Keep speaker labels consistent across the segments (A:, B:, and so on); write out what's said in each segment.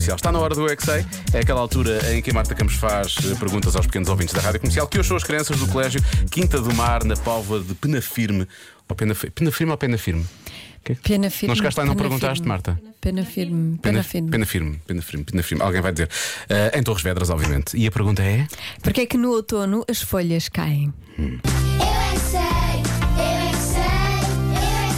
A: comercial. Está na hora do XA, é aquela altura em que a Marta Campos faz eh, perguntas aos pequenos ouvintes da rádio comercial. Que hoje são as crianças do colégio Quinta do Mar, na Póvoa de Penafirme. Ou Pena, Pena Firme ou Pena Firme? Que-
B: Pena firme.
A: Não chegaste lá e não
B: pena
A: perguntaste,
B: firme.
A: Marta?
B: Pena firme. Pena firme.
A: Pena Firme, Pena Firme, Pena Firme. Alguém vai dizer. Eh, em Torres Vedras, obviamente. E a pergunta é?
B: Porque é que no outono as folhas caem?
C: Eu é que sei, eu é que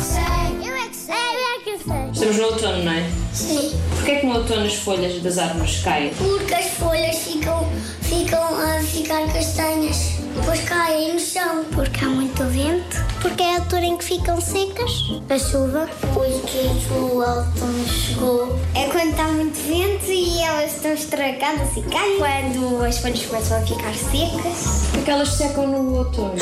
C: sei, eu é que sei, eu é que sei, eu é que sei.
D: Estamos no outono, não é?
C: Sim,
D: Porquê é que no outono as folhas das árvores caem?
C: porque as folhas ficam, ficam a ficar castanhas. Depois caem no chão. Porque há muito vento. Porque é a altura em que ficam secas. A chuva. Porque o outono chegou. É quando está muito vento e elas estão estragadas e caem. Quando as folhas começam a ficar secas.
D: Porque elas secam no outono.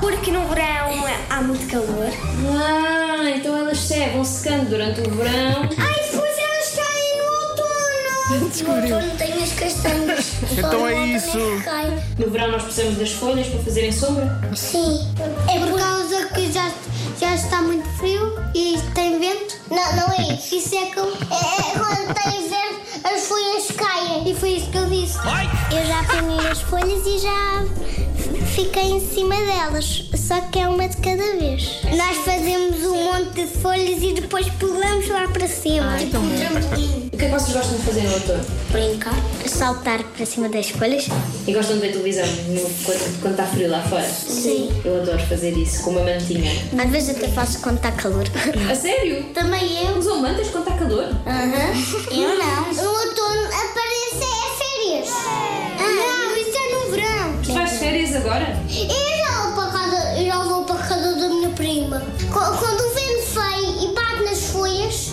C: Porque no verão há muito calor.
D: Ah, então elas se- vão secando durante o verão.
C: Ai, depois elas caem no outono. No outono tem as castanhas.
A: Então
C: Só no
A: é
C: outono
A: isso.
C: que cai.
D: No verão nós precisamos das folhas para fazerem sombra.
C: Sim. É por causa que já, já está muito frio e tem vento. Não, não é isso. Isso é como. É, quando tem vento, as folhas caem. E foi isso que eu disse. Eu já apanhei as folhas e já fiquei em cima delas. Só que é uma de cada vez. Nós fazemos um monte de folhas e depois pulamos lá para cima. tipo um trampolim.
D: O que é que vocês gostam de fazer no outono?
C: brincar, saltar para cima das folhas.
D: E gostam de ver televisão no- quando, quando está frio lá fora?
C: Sim.
D: Eu adoro fazer isso com uma mantinha.
C: Às vezes até faço quando está calor.
D: A sério?
C: Também eu.
D: Usam mantas quando está calor?
C: Eu não. Ah. No outono aparece é férias. não, isso é no verão.
D: Tu vais de férias agora?
C: Eu já vou para casa, eu já vou para casa da minha prima. Co- Quando o vento vem e bate nas folhas,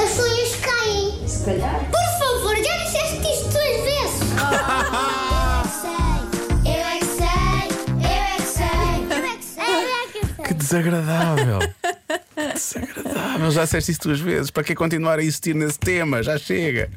C: as folhas caem.
D: Se calhar.
C: Por favor, já disseste isto duas vezes. Eu é que sei, eu é que sei, eu é que sei, eu é que sei.
A: Que desagradável! desagradável, já disseste isso duas vezes. Para que continuar a insistir nesse tema? Já chega.